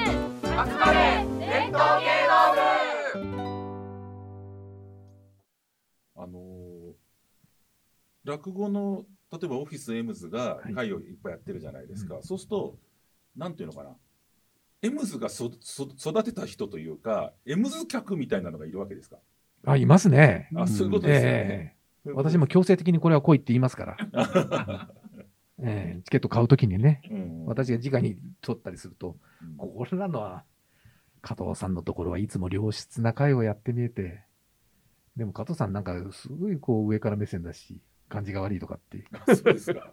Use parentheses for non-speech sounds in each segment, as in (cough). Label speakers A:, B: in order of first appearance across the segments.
A: 集まれ伝統芸能部
B: あのー落語の例えばオフィスエムズが
C: はい
B: 会をいっぱいやってるじゃないですか、
C: う
B: そうするとなんていうのかなエムズがそそ育てた人というかエムズ客みたいなのがいるわけですか
C: あ、いますね。
B: あそういうこと
C: ええ
B: ですよね、
C: ええ私も強制的にこれは来いって言いますから。
B: (laughs)
C: ええチケット買うときにね、
B: うん
C: 私が直に取ったりすると、
B: うん
C: これらのは、加藤さんのところはいつも良質な会をやってみえて、でも加藤さんなんかすごいこう上から目線だし、感じが悪いとかって、
B: あそうですか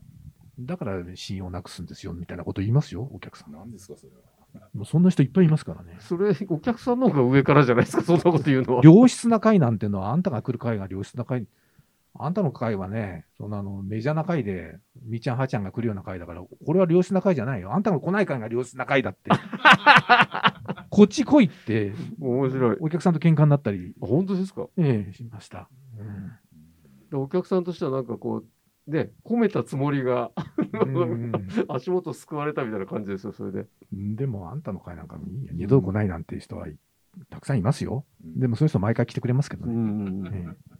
B: (laughs)
C: だから信用なくすんですよみたいなこと言いますよ、お客さん。
B: 何ですかそれは
C: もうそんな人いっぱいいますからね。
D: それ、お客さんの方が上からじゃないですか、 (laughs) そんなこと言うのは。
C: 良質な会なんてのは、あんたが来る会が良質な会。あんたの会はね、そのあのメジャーな会で、みーちゃん、はーちゃんが来るような会だから、これは良質な会じゃないよ。あんたが来ない会が良質な会だ
D: (laughs)
C: って。こっち来いって、
D: 面白い。
C: お客さんと喧嘩になったり、
D: 本当ですか
C: ええ、しました。
D: でお客さんとしてはなんかこう、ね、褒めたつもりが、 (laughs)
C: うん、
D: 足元すくわれたみたいな感じですよ、それで。
C: うんでも、あんたの会なんかもいいや二度来ないなんて人はいたくさんいますよ。で
B: も
C: も、そういう人毎回来てくれますけどね。ええ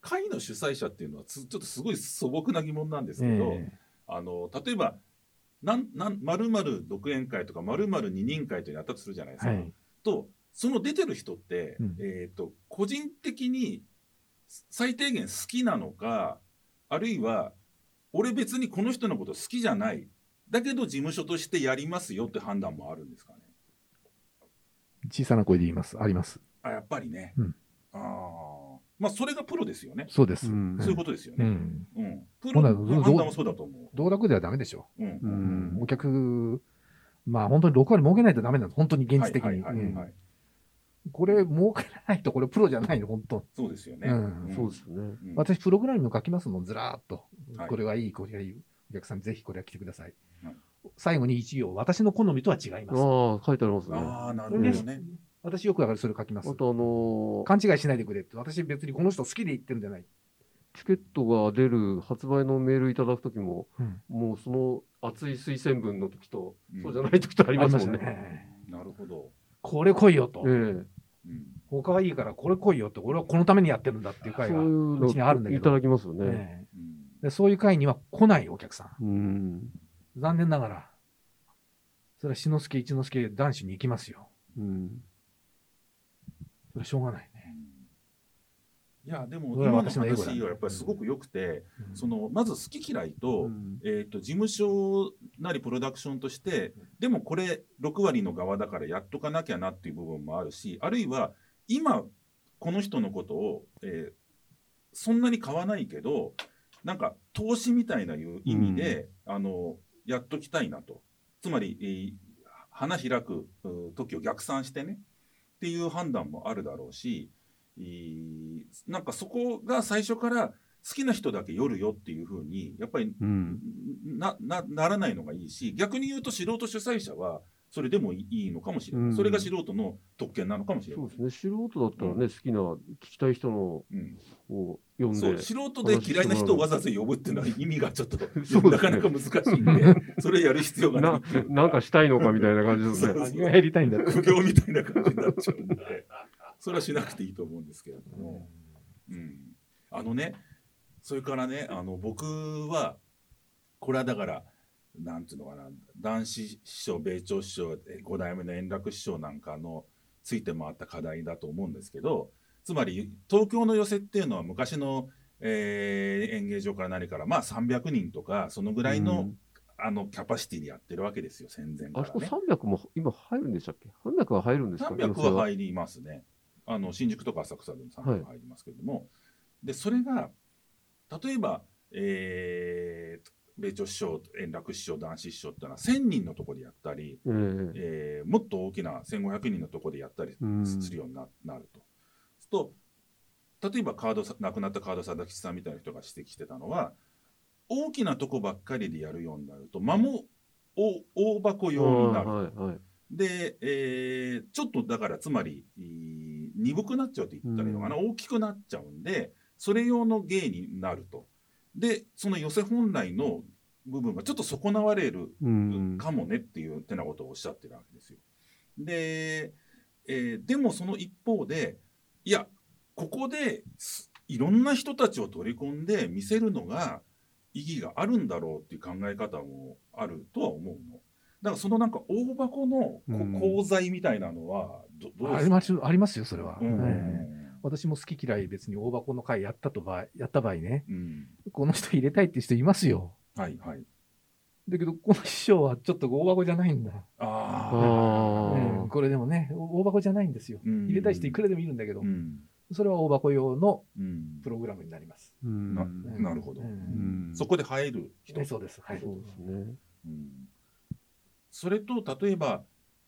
B: 会の主催者っていうのはつちょっとすごい素朴な疑問なんですけど、
C: ええ
B: あの例えばなんなん丸々独演会とか丸々二人会というのやったとするじゃないですか、
C: はい。
B: とその出てる人って、
C: うん
B: えー、と個人的に最低限好きなのかあるいは俺別にこの人のこと好きじゃないだけど事務所としてやりますよって判断もあるんですかね
C: 小さな声で言います。あります。
B: あやっぱりね、
C: うん
B: ああまあそれがプロですよね、
C: そうです。
D: うん
B: そういうことですよ
C: う
B: ね、
C: ん。
B: うんプロ
C: ほな
B: の
C: ど
B: 判断もそうだと思
C: 道楽ではダメでしょ。
B: う、うん
D: う
C: うんん、お客、まあ本当に6割儲けないとダメなの、本当に現実的
B: は
C: に。
B: いはいはいはい
C: うんこれ儲けないと、これプロじゃないの、本当。
B: そうですよね、
C: うん
D: そうですよね。
B: うん
C: 私、プログラムを書きますもん、ずらーっと。
B: はい
C: これはいい、これはいい。お客さん、ぜひこれは来てください。
B: はい
C: 最後に一行、私の好みとは違います。
D: ああ、書いてありますね。あ
B: ああなるほどね、
C: 私、よくだからそれ書きます。
D: とあのー
C: 勘違いしないでくれって、私、別にこの人好きで言ってるんじゃない。
D: チケットが出る発売のメールいただくときも、
C: うん
D: もうその熱い推薦文の時と、
B: うん
D: そうじゃない時とありますもん
C: ありました
D: ね。
C: ね
B: なるほど、
C: これ来いよと。
D: え
B: うん
C: 他はいいから、これ来いよって、俺はこのためにやってるんだっていう
D: え、
C: 会
D: そ
C: が
D: ういう
C: うちにあるんだ
D: の
C: け
D: い
C: ど
D: ただきますよね。
C: ええ
B: うん
C: でそういう会には来ないお客さん。
D: うん
C: 残念ながら、それは志の輔、一之輔、男子に行きますよ。
D: うん
C: それはしょうがないね。
B: いやでも
C: どれも
B: 今の
C: 私の英語だ
B: 話はやっぱりすごく良くて、
C: うん
B: そのまず好き嫌いと,、
D: うん
B: えー、と事務所なりプロダクションとしてでもこれ6割の側だからやっとかなきゃなっていう部分もあるしあるいは今この人のことを、えーそんなに買わないけどなんか投資みたいないう意味で、あのやっときたいなとつまり、えー花開くう時を逆算してねっていう判断もあるだろうし、えーなんかそこが最初から好きな人だけ寄るよっていうふうにやっぱり
D: うん
B: ななならないのがいいし逆に言うと素人主催者はそれでもいいのかもしれない、
D: うん
B: それが素人の特権なのかもしれないう
D: そで、すね。素人だったらね、好きな、聞きたい人の
B: うん
D: を読ん
B: そう
D: で。
B: 素人で嫌いな人をわざわざ呼ぶっていうのは意味がちょっと、
D: すね
B: なかなか難しいんで
D: (laughs)
B: それやる必要が (laughs) ない
D: ななんかしたいのかみたいな感じですね。
B: そう
C: 何がやりたいんだって。
B: 苦行みたいな感じになっちゃうんでそれはしなくていいと思うんですけれども、うん、あのねそれからねあの僕はこれはだからなんていうのかな男子師匠米朝師匠え五代目の円楽師匠なんかのついて回った課題だと思うんですけどつまり東京の寄席っていうのは昔の、えー演芸場から何からまあ300人とかそのぐらいの、
D: うん
B: あのキャパシティでやってるわけですよ戦前か
D: あ
B: ら、
D: そ
B: ね。
D: こ300も今入るんでしたっけ ?300 は入るんですか
B: 300
D: 寄席
B: は入りますね。あの新宿とか浅草でも300入りますけれども、でそれが例えば、えー米朝師匠、円楽師匠、男子師匠ってのは1000人のところでやったり、
D: ええ
B: えーもっと大きな1500人のところでやったり
D: うん
B: するようにな,、なると。と例えばカードさ亡くなったカード佐々木さんみたいな人が指摘してたのは大きなとこばっかりでやるようになると間も大大箱用になる
D: はいはい。
B: で、えーちょっとだからつまり、えー鈍くなっちゃうと言ったらいいのかな、大きくなっちゃうんでそれ用の芸になるとでその寄せ本来の部分がちょっと損なわれる
D: うん。
B: かもねっていうてなことをおっしゃってるわけですよ。で、えーでもその一方でいやここですいろんな人たちを取り込んで見せるのが意義があるんだろうっていう考え方もあるとは思うの。だからそのなんか大箱のこ
D: うん
B: 功罪みたいなのはど,、うどうで
C: あ
B: す
C: り
B: か
C: ますありますよ、それは。
B: う
C: ええ
B: ん
C: 私も好き嫌い別に大箱の会やったとば、やった場合ね、
B: うん、
C: この人入れたいって人いますよ。
B: はいはい。
C: だけど、この師匠はちょっと大箱じゃないんだ。
B: あ
D: あ
B: ー
D: あ
C: うん、これでもね、お大箱じゃないんですよ。
B: うん
C: 入れたい人いくらでもいるんだけど
B: う、ん
C: それは大箱用の
B: うん
C: プログラムになります。
D: う。
B: なん
C: うん
B: なるほど、
C: うん
B: そこで入る人
C: えそうです。はい。
D: そうですね。
B: うんそれと例えば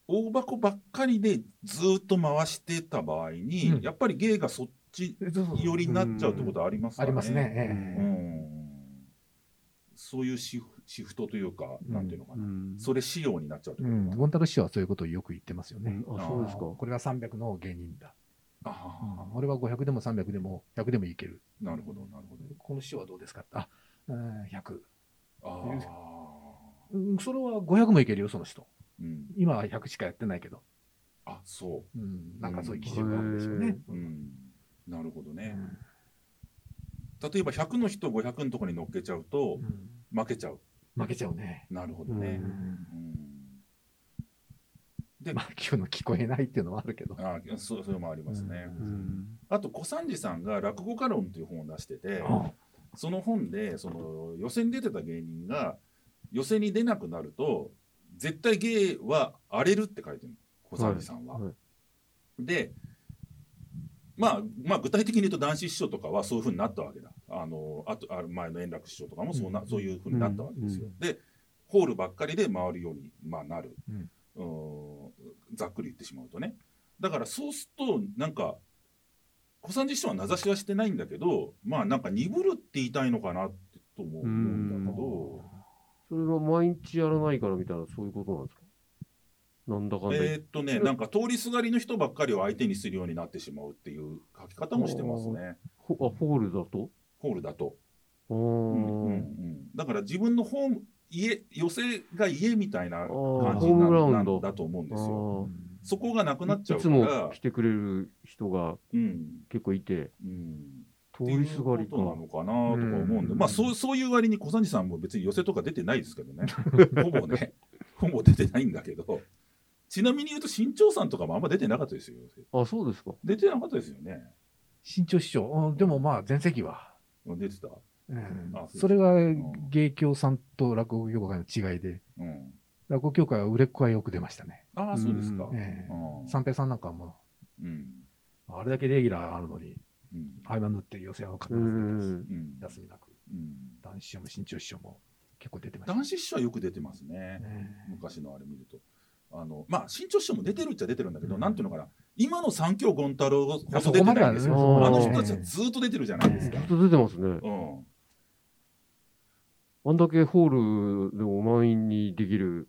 B: 大箱ばっかりでずーっと回してた場合に、
C: うん
B: やっぱり芸がそっち
C: えそうそう
B: 寄りになっちゃうってことはありますか
C: あ
B: ね。
C: ります
B: う
C: ね。ええ
B: ん。そういうシフシフトというか、
C: うん
B: なんていうのか
D: う
B: な、
D: ん。
B: それ仕様になっちゃうって
C: う
B: こと
C: ん、
B: かな
C: ゴンタロ師匠はそういうことをよく言ってますよね。
D: うんあ、そうですか。
C: これは300の芸人だ。
B: あ
C: 俺は500でも300でも100でもいける。
B: あ、なるほど、なるほど。
C: この師匠はどうですかあ、うん
B: あ
C: 100。いう
B: あ、
C: うんそれは500もいけるよ、その人。
B: うん。
C: 今は100しかやってないけど。
B: あ、そ
C: うん、なんかそういう基準があるんでしょうね。
B: う。うん。なるほど
C: う
B: ね。
C: ん
B: 例えば100の人500のところに乗っけちゃうと
C: うん
B: 負けちゃう。
C: 負けちゃうね。
B: なるほどね。
D: うん
B: で、
C: まあ、今日の聞こえないっていうのはあるけど。
B: あそうそれもありますね。
C: うん
D: うん。
B: あと小三治さんが「落語家論」という本を出しててその本でその予選に出てた芸人が予選に出なくなると絶対芸は荒れるって書いてる小三治さんは。
D: はいはい
B: でまあ、まあ具体的に言うと男子師匠とかはそういうふうになったわけだあのあとあ前の円楽師匠とかもそうな、
C: うん
B: そういうふうになったわけですよ。でホールばっかりで回るように、まあ、なる、
C: うん
B: うーんざっくり言ってしまうとねだからそうするとなんか小三治師匠は名指しはしてないんだけどまあなんか鈍るって言いたいのかなってとも思うんだけど。
D: それが毎日やらないからみたいな、そういうことなんですかなんだかんだ
B: えー
D: 言
B: っとね、なんか通りすがりの人ばっかりを相手にするようになってしまうっていう書き方もしてますね、
D: ほあ、ホールだと
B: ホールだと。
D: あー
B: うんうんうんだから自分のホーム、家、寄せが家みたいな
D: あー
B: 感じ
D: ホームグラ
B: な
D: ウ
B: な
D: ンド
B: んだと思うんですよ。
D: あ
B: そこがなくなっち
D: ー
B: ゃ
D: いうつ
B: か
D: も
B: ら
D: 来、てくれる人が
B: うん、
D: 結構いて、
B: うん。
D: 通りすが
B: っ
D: り
B: ていうこ
D: か
B: と。なのかなとか思うんで、
C: うん
B: まあそうそういう割に小三治さんも別に寄せとか出てないですけど
D: (laughs)
B: ねほぼねほぼ出てないんだけどちなみに言うと新潮さんとかもあんま出てなかったですよ
D: あ、そうですか。
B: 出てなかったですよね
C: 新潮師匠、うんでもまあ、全盛期は。
B: 出てた、
C: うん
B: あそう
C: それが芸協さんと落語業界の違いで、
B: うん、
C: 落語協会は売れっ子はよく出ましたね。
B: ああそうですか、
D: う
C: ええ
B: うん
C: 三平さんなんかはも
B: うん
C: う、あれだけレギュラーあるのに、
B: うん
C: 合間縫って寄せ合う必
D: う
C: ず出て
D: ん。
B: うん
C: ます。休みなく。
B: うん
C: 男子師匠も新潮師匠も結構出てました。
B: 男子師匠はよく出てますね、
C: え
B: 昔のあれ見ると。あのまあ、新潮師匠も出てるっちゃ出てるんだけど、
C: うん
B: なんていうのかな、今の三協権太郎ほ
C: あ
B: ど
C: そ
B: 出て
C: こまで
B: ない
C: は
B: んで
C: ね、
B: す
C: そ
B: よ。
C: こ
B: あ
C: ま
B: の
C: で
B: 人
C: は
B: た
C: ね
B: ちはずっと出てるじゃないですか
D: ず。っと出てますね。
B: うん、
D: あんだけホールでも満員にできる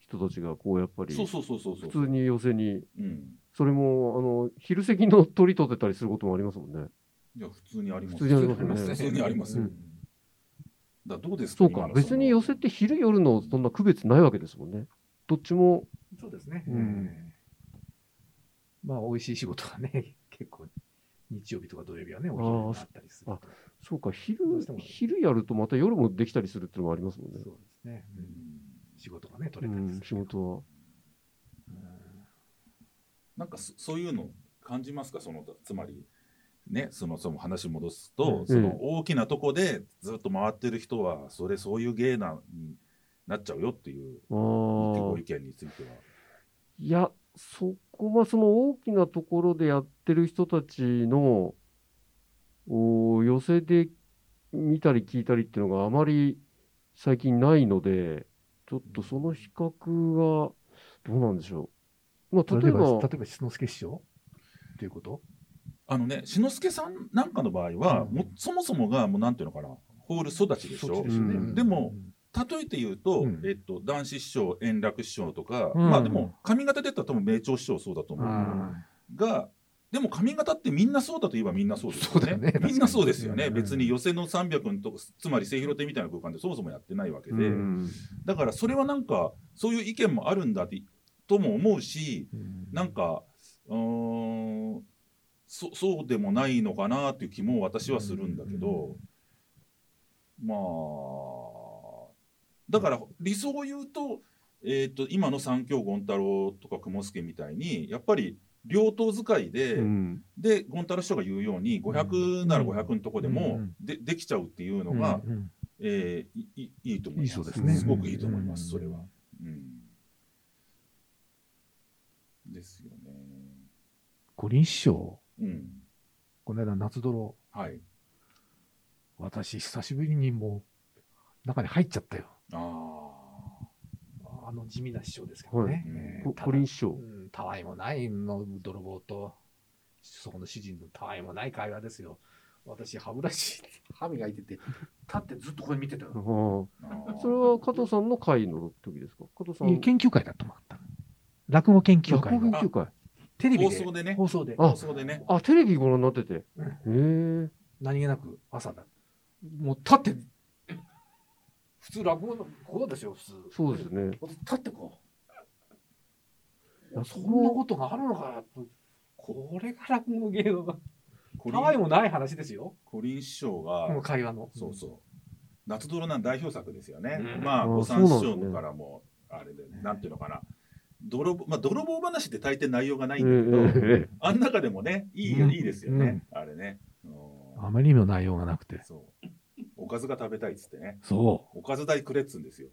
D: 人たちが、こう、やっぱり、
B: そう
D: 普
B: そうそうそうそう。
D: 通に寄せに、
B: うん、
D: それも、あの、昼席の取り取ってたりすることもありますもんね。
B: いや、普通にあります。
D: 普通にありますよね
B: 普通にありますよ。
D: う
B: だからどうですか
D: そうか
B: 今の、
D: 別に寄せって昼夜のそんな区別ないわけですもんね。どっちも、
C: そうですね。
D: うん
C: ええまあ、美味しい仕事はね、 (laughs) 結構、日曜日とか土曜日はね、お昼になったりする。
D: あそうか、昼
C: どうしても、
D: 昼やるとまた夜もできたりするっていうのもありますもんね。
C: そうですね。う
B: うん
C: ん仕事がね、
D: う
C: 取れたりす
D: ん
C: る、。
D: 仕事は。
B: なんかそそういうの感じますかそのつまりねそのその話戻すと、
C: うん
B: その大きなとこでずっと回ってる人はそれそういう芸なになっちゃうよっていう
D: あ
B: ご
D: あ
B: 意。見については。
D: いや、そこはその大きなところでやってる人たちの、お寄せで見たり聞いたりっていうのがあまり最近ないので、ちょっとその比較が、どうなんでしょう。まあ、
C: 例
D: 例
C: え
D: え
C: ば、
D: ば、
C: 例えば、志の輔師匠っていうこと
B: あのね志の輔さんなんかの場合は、
C: うん
B: もうそもそもがもうなんていうのかなホール育ちでし
C: そ
B: ょ
C: うですよね
D: うん
B: でも、例えて言うと、
C: うん
B: えっと、男子師匠円楽師匠とか、
C: うん
B: まあでも髪型で言ったら多分名調師匠そうだと
C: うん
B: 思う、がでも髪型ってみんなそうだといえばみんなそうですよ
C: そうだ
B: ね。
C: よね
B: みんなそうですよね。
C: 確かに
B: 別に寄せの300のとこつまり清広亭みたいな空間でそもそもやってないわけで、
D: うん
B: だからそれはなんかそういう意見もあるんだってとも思うし、なんかうーんそそうでもないのかなっていう気も私はするんだけど、まあだから理想を言うと,、えー、と今の三協権太郎とか雲助みたいにやっぱり両党使いで、
D: うん
B: で権太郎師匠が言うように500なら500のとこでもで,、できちゃうっていうのが、
C: うんうん
B: えーいいいいと思います
C: いいそうですね
B: すごくいいと思います、
C: う
B: そ
C: ん
B: れは。うんですよね。
C: 五輪師匠、
B: うん
C: この間夏泥、
B: はい。
C: 私久しぶりにもう中に入っちゃったよ。
B: あ
C: あの地味な師匠ですけどね。
B: はい
C: えー
D: こ
C: ただ
D: 五輪師匠。
C: うんたわいもないの泥棒と、そこの主人のたわいもない会話ですよ。私、歯ブラシ、歯磨いてて、立ってずっとこれ見てた
D: あ
C: の。
D: ー
B: あ。
D: それは加藤さんの会の時ですか加藤さん
C: いや研究会だと思った。落語研究
D: 学校
C: 会
D: 研
C: の
D: 究会
C: テレビ
B: 放
C: で
B: 送でね。
C: 放送で
D: あ
B: 放送でね。
D: あ、テレビご覧になってて。へ
C: うん
D: え。
C: 何気なく朝だ。もう立って、普通落語のこうですよ、普通。
D: そうですね。
C: 私立ってこ
D: いや
C: う。そんなことがあるのかなと。これが落語芸能が。
B: コリ
C: たわい
B: ン
C: もない話ですよ。
B: コリン師匠
C: この
B: が、
C: 会話の。
B: そうそう。夏泥なん代表作ですよね。
C: うん
B: まあ、
D: あ
B: お三師
D: そうなんで
B: 匠
D: すね
B: からも、あれで、なんていうのかな。泥棒、まあ、泥棒話って大抵内容がな
D: え
B: い
D: え
B: んだけど、
D: ええ
B: あん中でもね、いい、
C: うん
B: いいですよね。あれね。うん
C: あまりにも内容がなくて。
B: そう。おかずが食べたいっつってね。
C: そ
B: おかず代くれっつうんですよ。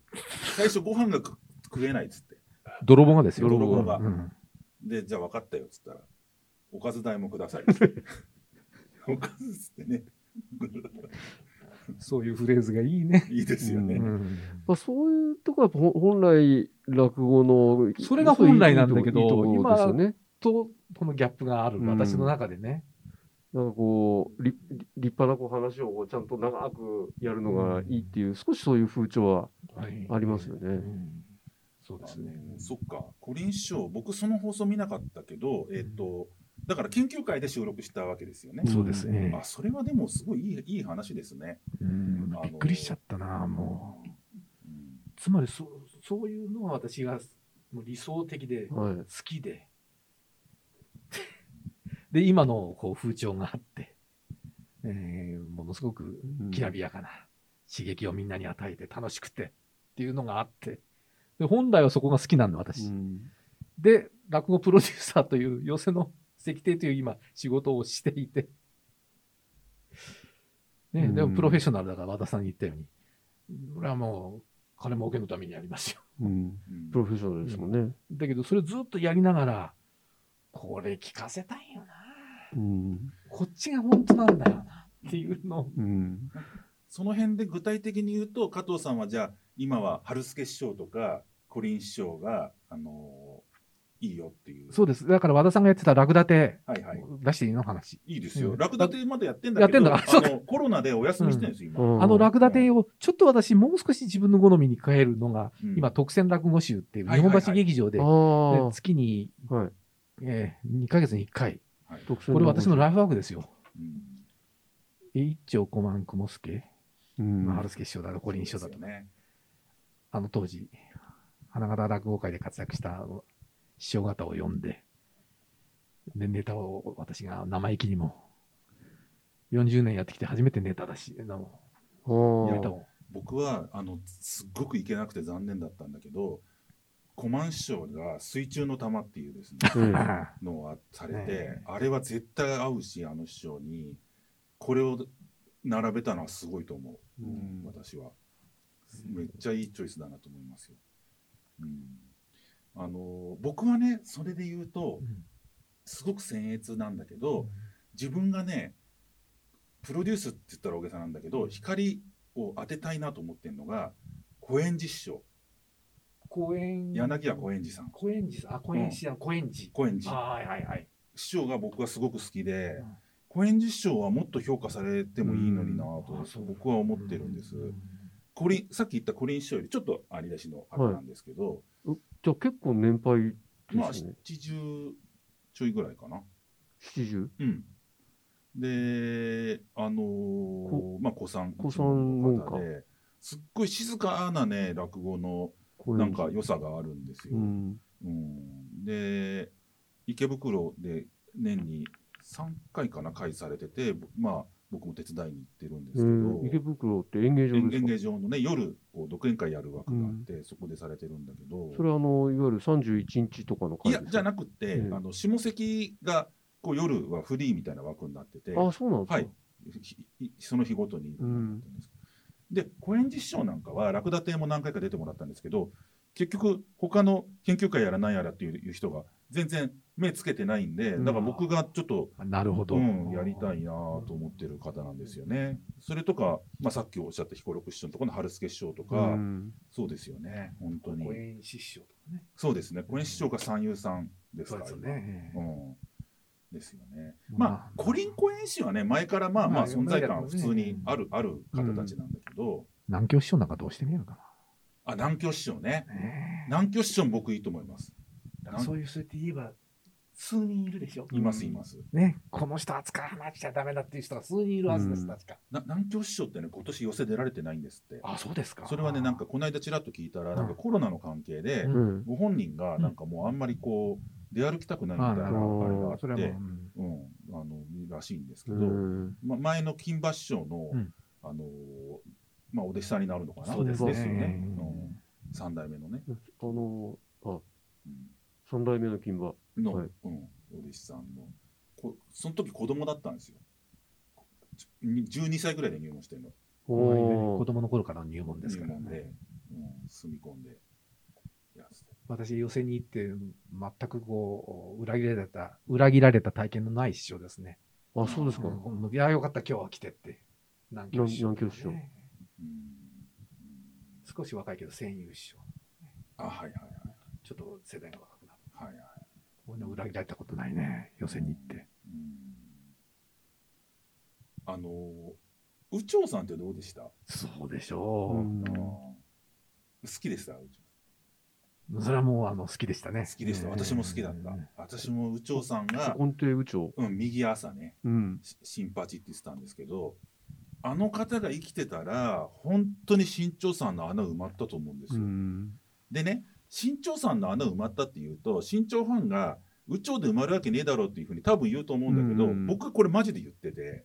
B: 最初ご飯がく食えないっつって。
C: う。泥棒がですよ。
B: 泥棒が
C: うん
B: で、じゃあ分かったよっつったら、おかず代もくだ
C: (laughs)
B: さいっつって。おかずっつってね。
C: そういうフレーズがいいね。
B: いいですよね。
C: うん
D: まあ、そういうとこはやっぱほ本来落語の
C: それが本来なんだけど
D: いいとこいいとこですよね。
C: と、このギャップがある、
D: うん
C: 私の中でね。
D: なんかこうり立派なこう話をこうちゃんと長くやるのがいいっていう少しそういう風潮は
C: はい
D: ありますよ
C: う
D: ね。
C: んそうですね。
B: あのそっか、コリン師匠、僕その放送見なかったけど、えっ、と、だから研究会で収録したわけですよね。
C: そうですね。
B: あ、それはでもすごいいいいい話ですね。
C: うん
B: あの
C: びっくりしちゃったな、もう。
B: うん
C: つまりそ、そういうのは私がもう理想的で、好
D: はい。
C: きで。で、今のこう風潮があって、えーものすごくきらびやかな刺激をみんなに与えて楽しくてっていうのがあって、で本来はそこが好きなんだ、私。
D: うん
C: で、落語プロデューサーという寄せの石定という今仕事をしていて、ね、
D: うん
C: でもプロフェッショナルだから和田さんに言ったように、俺はもう金儲けのためにやりますよ。
D: う
B: う
D: ん
B: ん
D: プロフェッショナルですもんね。
C: だけどそれずっとやりながら、これ聞かせたいよな。
D: うん
C: こっちが本当なんだよな。っていうのを
D: うん
B: その辺で具体的に言うと、加藤さんはじゃあ、今は春助師匠とか、コリン師匠が、あのーいいよっていう。
C: そうです。だから和田さんがやってたラクダテ
B: はいはい。
C: 出していいの話。
B: いいですよ。
C: うん
B: ラクダ亭まだやってんだけど、
C: やってんだそう
B: あのコロナでお休みしてるんですよ、今。
D: うん
C: あのラクダテをちょっと私もう少し自分の好みに変えるのが、
B: うん
C: 今特選落語集っていう
B: は
C: 日
B: いはいは
C: 本
B: い
C: 橋劇場で
D: あ
C: で
D: あ
C: 月に、
D: はい
C: えー、2ヶ月に1回。
B: はい
D: 独占
C: これ私の
D: ラ
C: ライフワークですよ。
B: うん
C: え一丁小満雲助、
D: うん
C: まあ、春助師匠だと、五輪師匠だ
B: そ
C: と
B: う、ですよね。
C: あの当時、花形落語界で活躍した師匠方を呼んで、で、ネタを私が生意気にも、40年やってきて初めてネタだし、の
D: あー
C: ネタを。
B: 僕は、あの、すっごく行けなくて残念だったんだけど、コマン師匠が水中の玉っていうですね、
D: ええ
C: あ
B: のはされて、
C: ええ
B: あれは絶対合うし、あの師匠に、これを並べたのはすごいと思う。
D: うん
B: 私は。めっちゃいいチョイスだなと思いますよ。うん、あの僕はねそれで言うとすごく僭越なんだけど自分がねプロデュースって言ったら大げさなんだけど光を当てたいなと思ってるのが高円寺師匠
C: 公演
B: 柳家高円寺さん
C: 公演寺、あ、公演寺だ、公演寺。
B: 高円
C: あ
B: 寺
C: はいはいはい。
B: 師匠が僕はすごく好きで
C: うん
B: 高円寺師匠はもっと評価されてもいいのにな
C: うんあ
B: と
C: そう
B: 僕は思ってるんです。コリンさっき言ったコリン師匠よりちょっとあり出しの方なんですけど、
D: じゃあ結構年配
B: まあ、
D: ですね。
B: 70ちょいぐらいかな。
D: 70?
B: うん、で、あのーまあ、古参
D: 古参文化
B: ですっごい静かなね落語の
D: こういう
B: なんか良さがあるんですよ。
D: うん、
B: うんで池袋で年に3回かな会されてて、まあ、僕も手伝いに行ってるんですけ
D: え
B: ど。
D: ー池袋って演芸場
B: 演
D: です
B: 演
D: か
B: 芸場のね夜こう独演会やる枠があって、そこでされてるんだけど
D: それはあのいわゆる31日とかの
B: い
D: 会
B: やじゃなくて、
D: うん
B: あの下関がこう夜はフリーみたいな枠になってて
D: あそうなんですか、
B: はいひひその日ごとに、
D: うん
B: で小円寺師匠なんかはラクダ亭も何回か出てもらったんですけど結局他の研究会やらなんやらっていういう人が全然目つけてないんでだから僕がちょっと
C: なるほど。
B: うん、やりたいなと思ってる方なんですよね。それとか、まあ、さっきおっしゃった彦六師匠のところの春助師匠とか、
D: うん
B: そうですよね、本当
E: 公
B: に。
E: 演師匠とかね。
B: そうですね、小円師匠が三遊さんです
E: そ
B: か
E: う
B: ら
E: ですよ
C: ね
B: 今うんですよね。
C: まあ
B: まあ、コリン小円師はね、前からまあま
E: ま
B: あ
E: あ
B: 存在感は
E: まあ
B: 普通に
E: うん
B: ある、ある方たちなんだけど、
C: 南京師匠なんかどうしてみようか
B: あ、南京師匠ね。
C: な。ね
B: 南京師匠も僕いいと思います。
E: だからそういう人って言えば数人いるでしょ。
B: います、います。
C: えね
E: この人扱わなくちゃダメだっていう人が数人いるはずで
D: うん
E: す、確か。
B: な南京師匠ってね、今年寄せ出られてないんですって。
E: あ、そうですか。
B: それはね、なんかこの間ちらっと聞いたら、なんかコロナの関係で、
D: うん
B: ご本人がなんかもうあんまりこう、出歩きたくないみたいなあれがあ
D: あ
B: っ
C: それはもう
B: て
C: う、ん、
B: うん、あの、らしいんですけ
D: う
B: ど、
D: ん
B: ま、前の金馬師匠の、
C: うん
B: あのーまあ、お弟子さんになるのかな
E: そうです
C: ね
B: よね、
C: うん
B: うん、3代目のね、
D: あのあ
B: う
D: 三代目の金馬
B: んの、
D: はい
B: うん、お弟子さんのこその時子供だったんですよに12歳ぐらいで入門してるの
C: 子
D: おー
C: 供の頃からの入門ですから
B: 入門で、
C: ね。
B: うん、住み込んでやってて
C: 私、寄せに行って、全くこう、裏切られた、裏切られた体験のない師匠ですね。
D: あそうですか、
C: うんいや、よかった、今日は来てって。南京師匠、
D: 南京師匠
B: うん
C: 少し若いけど、戦友師匠。
B: あはいはい
C: ちょっと世代が若くなる。
B: はいはいはい、
C: こんな裏切られたことないね、寄せに行って。
B: うん、あのー右長さんってどうでした、
C: そうでし
D: う
C: ょ
D: ん
B: あー好きでした右長
C: う。それはもう、あの、好きでしたね。
B: 好きでした、
C: うん
B: 私も好きだった、私も右長さんが、
D: 根底宇宙
B: うん、右朝ね
D: うん
B: し新八って言ってたんですけどあの方が生きてたら本当に新潮さんの穴埋まったと思うんです
D: う
B: よ、
D: ん
B: でね新潮さんの穴埋まったっていうと新潮ファンが右長で埋まるわけねえだろうっていうふうに多分言うと思うんだけど、
D: うん
B: 僕はこれマジで言ってて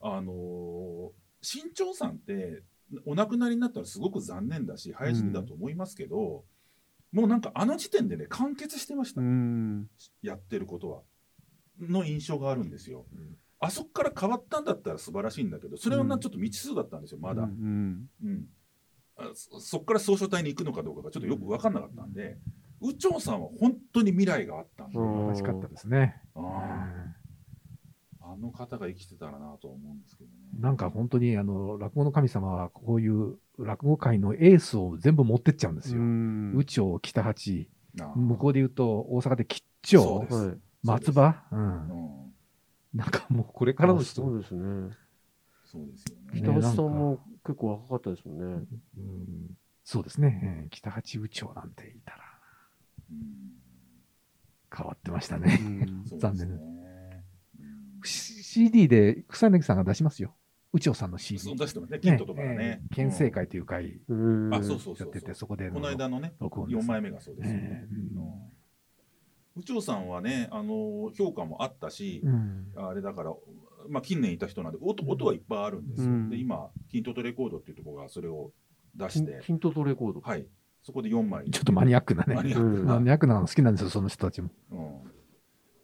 B: あのー新潮さんってお亡くなりになったらすごく残念だし早死にだと思いますけど、もうなんかあの時点でね完結してました
D: う、ん
B: やってることはの印象があるんですよ、
C: うん
B: あそこから変わったんだったら素晴らしいんだけどそれはな
D: うん
B: ちょっと未知数だったんですよまだ、
D: う
B: うん
D: ん
B: あそそこから総書体に行くのかどうかがちょっとよく分かんなかったんで右長さんは本当に未来があったんで、
D: う
B: あ
D: ん
C: 楽しかったですね。
B: あ
C: うん
B: あの方が生きてたらなとは思うんですけどね
C: なんか本当に、あの、落語の神様は、こういう落語界のエースを全部持ってっちゃうんですよ。
D: ん
C: 宇宙、北八、
B: あー
C: 向こうで言うと、大阪で吉
B: そう
C: 兆
B: で、す
D: はい
C: 松葉、う。
B: うんん
C: なんかもう、これからの
D: あ
C: 人、
D: そうですね
B: そうですよね
C: ね
D: 北橋さん
C: なん
D: も結構若かったですもんね。
C: うんそうですね、えー北八部長なんていたら変わってましたね。
B: うんそうですね
C: 残念
B: うん
C: CD で草柳さんが出しますよ。宇宙さんの CD。
B: そう出してますねキントとかがね
C: えー県政会という会
D: うん
B: あそうそう
C: や
B: そ
C: っ
B: う
C: て
B: そ
C: て、
B: う
C: そこで
B: この間のね
C: 録音で
B: 4
C: す。
B: 枚目がそうですよね、
C: えーうん
B: 宇宙さんはね、あの評価もあったし、
C: うん
B: あれだから、まあ、近年いた人なんで音音はいっぱいあるんですよ、
D: うん
B: で今キントトレコードっていうところがそれを出
D: キ
B: し
D: ン
B: て、
D: キントとレコード。
B: はい、そこで4枚
C: ちょっとマニアックな
B: マニ
C: ね。
B: アックな、
C: マ
B: うん
C: ニアックなの好きなんですよ、その人たちも。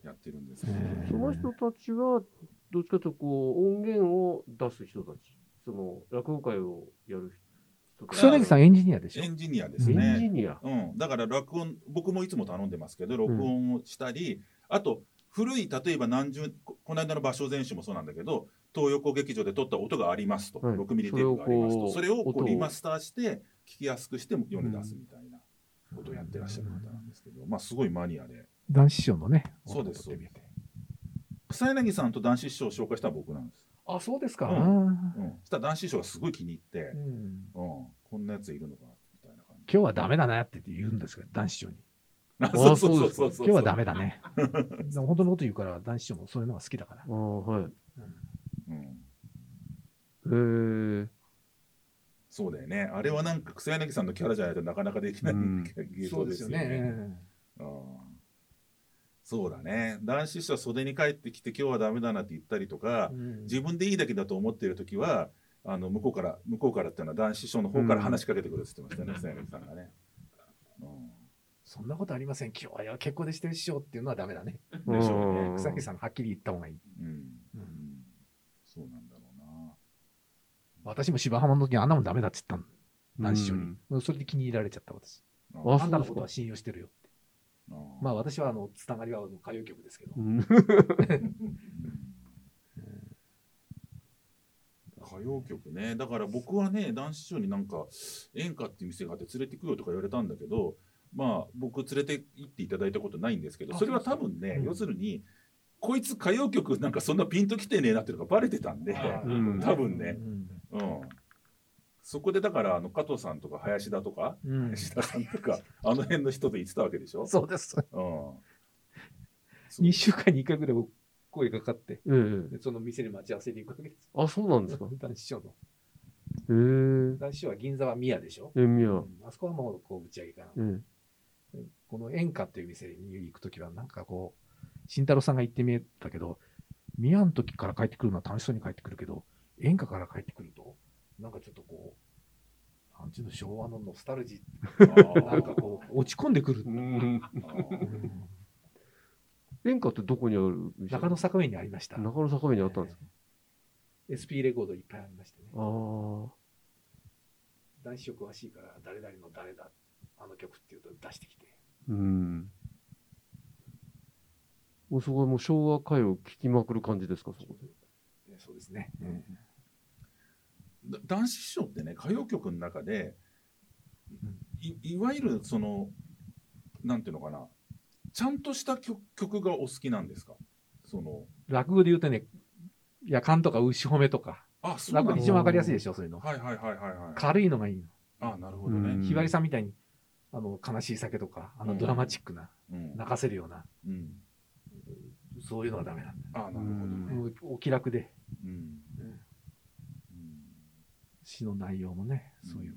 B: やってるんですけど、
C: え
D: その人たちは、どっちかというとこう、音源を出す人たち。その、落語会をやる人たち。
C: 草柳さんエンジニアでしょ
B: エ。ンジニアです
D: エンジ
B: ね、
D: ニア。
B: うん、だから録音僕もいつも頼んでますけど録音をしたり、あと古い例えば何十ここの間の場所全集もそうなんだけど東横劇場で撮った音がありますと、
D: はい
B: 6ミリテープがありますとそ
D: そ
B: れ
D: れを
B: を
D: こう
B: こう
D: 音を
B: リマスターして聞きやすくして世に出すみたいなことをやってらっしゃる方なんですけど、まあすごいマニアで
C: 男子師匠のね。
B: そうです
C: 撮ってみて
B: 草柳さんと男子師匠を紹介したのは僕なんです、
C: あ、そうですか。
B: う
C: うん
B: うん、そしたら男子師匠がすごい気に入って、
C: 今
B: うん、こんなやついるのかみたいな感じ
C: 日はダメだなって言うんですけど、男子師匠に。
B: あ (laughs)
D: あ
B: そうそう
C: 今日はダメ
B: (laughs)
C: だね。でも本当のこと言うから、男子師匠もそういうのが好きだから。
D: ああ、はい。へ
B: うん
D: え。
B: そうだよね。あれはなんか草柳さんのキャラじゃないとなかなかできない、
D: うん
B: 芸
C: そ
B: 当
C: うですよね。。
B: うんそうだね。男子師は袖に帰ってきて今日はダメだなって言ったりとか、
C: うん
B: 自分でいいだけだと思っている時はあの向こうから向こうからっていうのは男子師匠の方から話しかけてくるって言ってましたね、草柳さんがね。
C: そんなことありません。今日は結婚でしてる師匠っていうのはダメだね。
B: うん、でしょう
D: う
B: ね
D: ん。
C: 草木さんはっきり言った方がいい。
B: うん、う
C: う
B: んん、そうなんだろうな。
C: 私も芝浜の時にあんなもんダメだって言ったの。男子師匠
D: う
C: に
D: ん。
C: それで気に入られちゃった私。
D: あ
C: あんたのこと
D: そうで
C: は信用してるよ。
B: あー
C: まあ私はあのつながりはあの歌謡曲ですけど
D: う。ん
B: 歌謡曲ねだから僕はね男子師匠になんか演歌っていう店があって連れてくよとか言われたんだけどまあ僕連れて行っていただいたことないんですけど
C: あ
B: それは多分ね、
C: そうそううん
B: 要するにこいつ歌謡曲なんかそんなピンときてねえなっていうのがバレてたんで、
E: あ
D: う
E: ー
D: ん
B: 多分ね、
C: うん
B: うん、そこでだからあの加藤さんとか林田とか
C: うん
B: 林田さんとかあの辺の人と言ってたわけでしょ。
C: そうです。
B: うん
C: 2週間に1回ぐらい僕声がかかって、
D: ええ。
C: でその店に待ち合わせに行くわけです。
D: あ、そうなんですか。へ
C: 男子師匠の。
D: え。
C: 男子師匠は銀座は宮でしょ。
D: え、みや。
C: うんあそこはもうこう打ち上げかな。
D: ええ。
C: この演歌っていう店に行くときは、なんかこう、慎太郎さんが行ってみえたけど、宮の時から帰ってくるのは楽しそうに帰ってくるけど、演歌から帰ってくると、なんかちょっとこう、なんちゅうの、昭和のノスタルジー、なん (laughs) かこう、落ち込んでくる。
D: 演歌ってどこにある
C: 中野坂上にありました。
D: 中野坂上にあったんですか。
C: えー SP レコードいっぱいありましてね。
D: ああ。
C: 男子詳しいから、誰々の誰だ、あの曲っていうと出してきて。
D: うん。もうそこはもう昭和歌謡を聴きまくる感じですか、そこで。
C: えーそうですね。
B: だ男子師匠ってね歌謡曲の中でいいわゆるそのなんていうのかなちゃんとした曲曲がお好きなんですかその
C: 落語で言うとね、夜間とか牛褒めとか、
B: あそうな
C: 落
B: ん
C: 語
B: で
C: で一
B: す
C: 番わかりやすいでしょ、そういうの。
B: はいはいはいはいはい
C: 軽いのがいいの。
B: あなるほどね
C: ひばりさんみたいに、あの、悲しい酒とか、あ
B: う
C: の、
B: ん
C: ドラマチックな、
B: うん、
C: 泣かせるような、
B: うん、
C: そういうのはダメなんだ
B: あなるほどね
C: よ。おお気楽で、
B: うん、
C: うん
B: うん
C: 詩の内容もね、そういう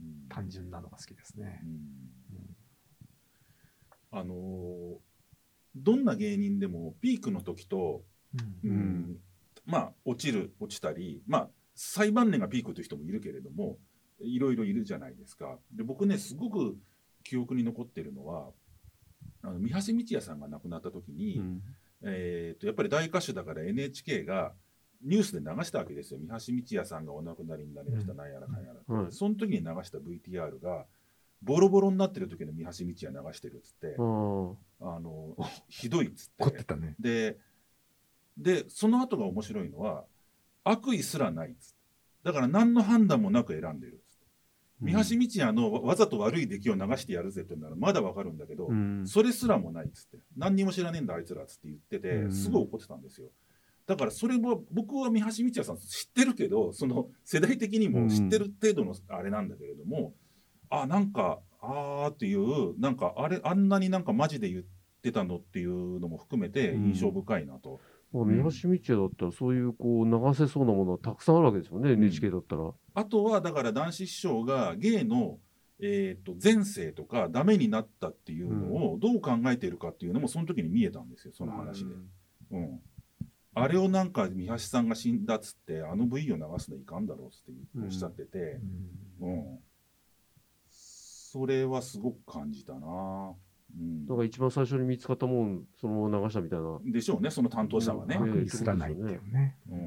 B: うん
C: 単純なのが好きですね
B: う。んあのーどんな芸人でもピークの時と
C: うん
B: うん、まあ落ちる落ちたり、まあ、最晩年がピークという人もいるけれどもいろいろいるじゃないですかで僕ねすごく記憶に残ってるのはあの三橋道也さんが亡くなった時に、
D: ん。
B: えー、とやっぱり大歌手だから NHK がニュースで流したわけですよ三橋道也さんがお亡くなりになりました、
C: うん
B: なんやらかんやらって、
D: はい
B: その時に流した VTR がボロボロになってる時の三橋道也流してるっつって、
D: あ
B: あのひどいっつって
C: 凝ってたね。
B: ででその後が面白いのは悪意すらないっつってだから何の判断もなく選んでるっつって三橋道也のわわざと悪い出来を流してやるぜって言うならまだわかるんだけど、
D: うん。
B: それすらもないっつって何にも知らねえんだあいつらっつって言って
D: う
B: て
D: ん
B: すごい怒ってたんですよだからそれは僕は三橋道也さん知ってるけどその世代的にも知ってる程度のあれなんだけれども、あなんかああっていうなんかあれあんなになんかマジで言ってたのっていうのも含めて印象深いなと、
D: まあ、三橋道也だったら、そういう、こう、流せそうなものはたくさんあるわけですよね、NHK だったら。
B: あとはだから男子師匠が芸の、えー、と前世とかダメになったっていうのをどう考えているかっていうのもその時に見えたんですよその話で。うん、あれをなんか三橋さんが死んだっつってあの V を流すのいかんだろうっつっておっしゃってて、うんそれはすごく感じたな、うん
D: だから一番最初に見つかったもん、そのまま流したみたいな。
B: でしょうねその担当者はね
D: うん。
C: 悪意すらないっていうね。
B: うん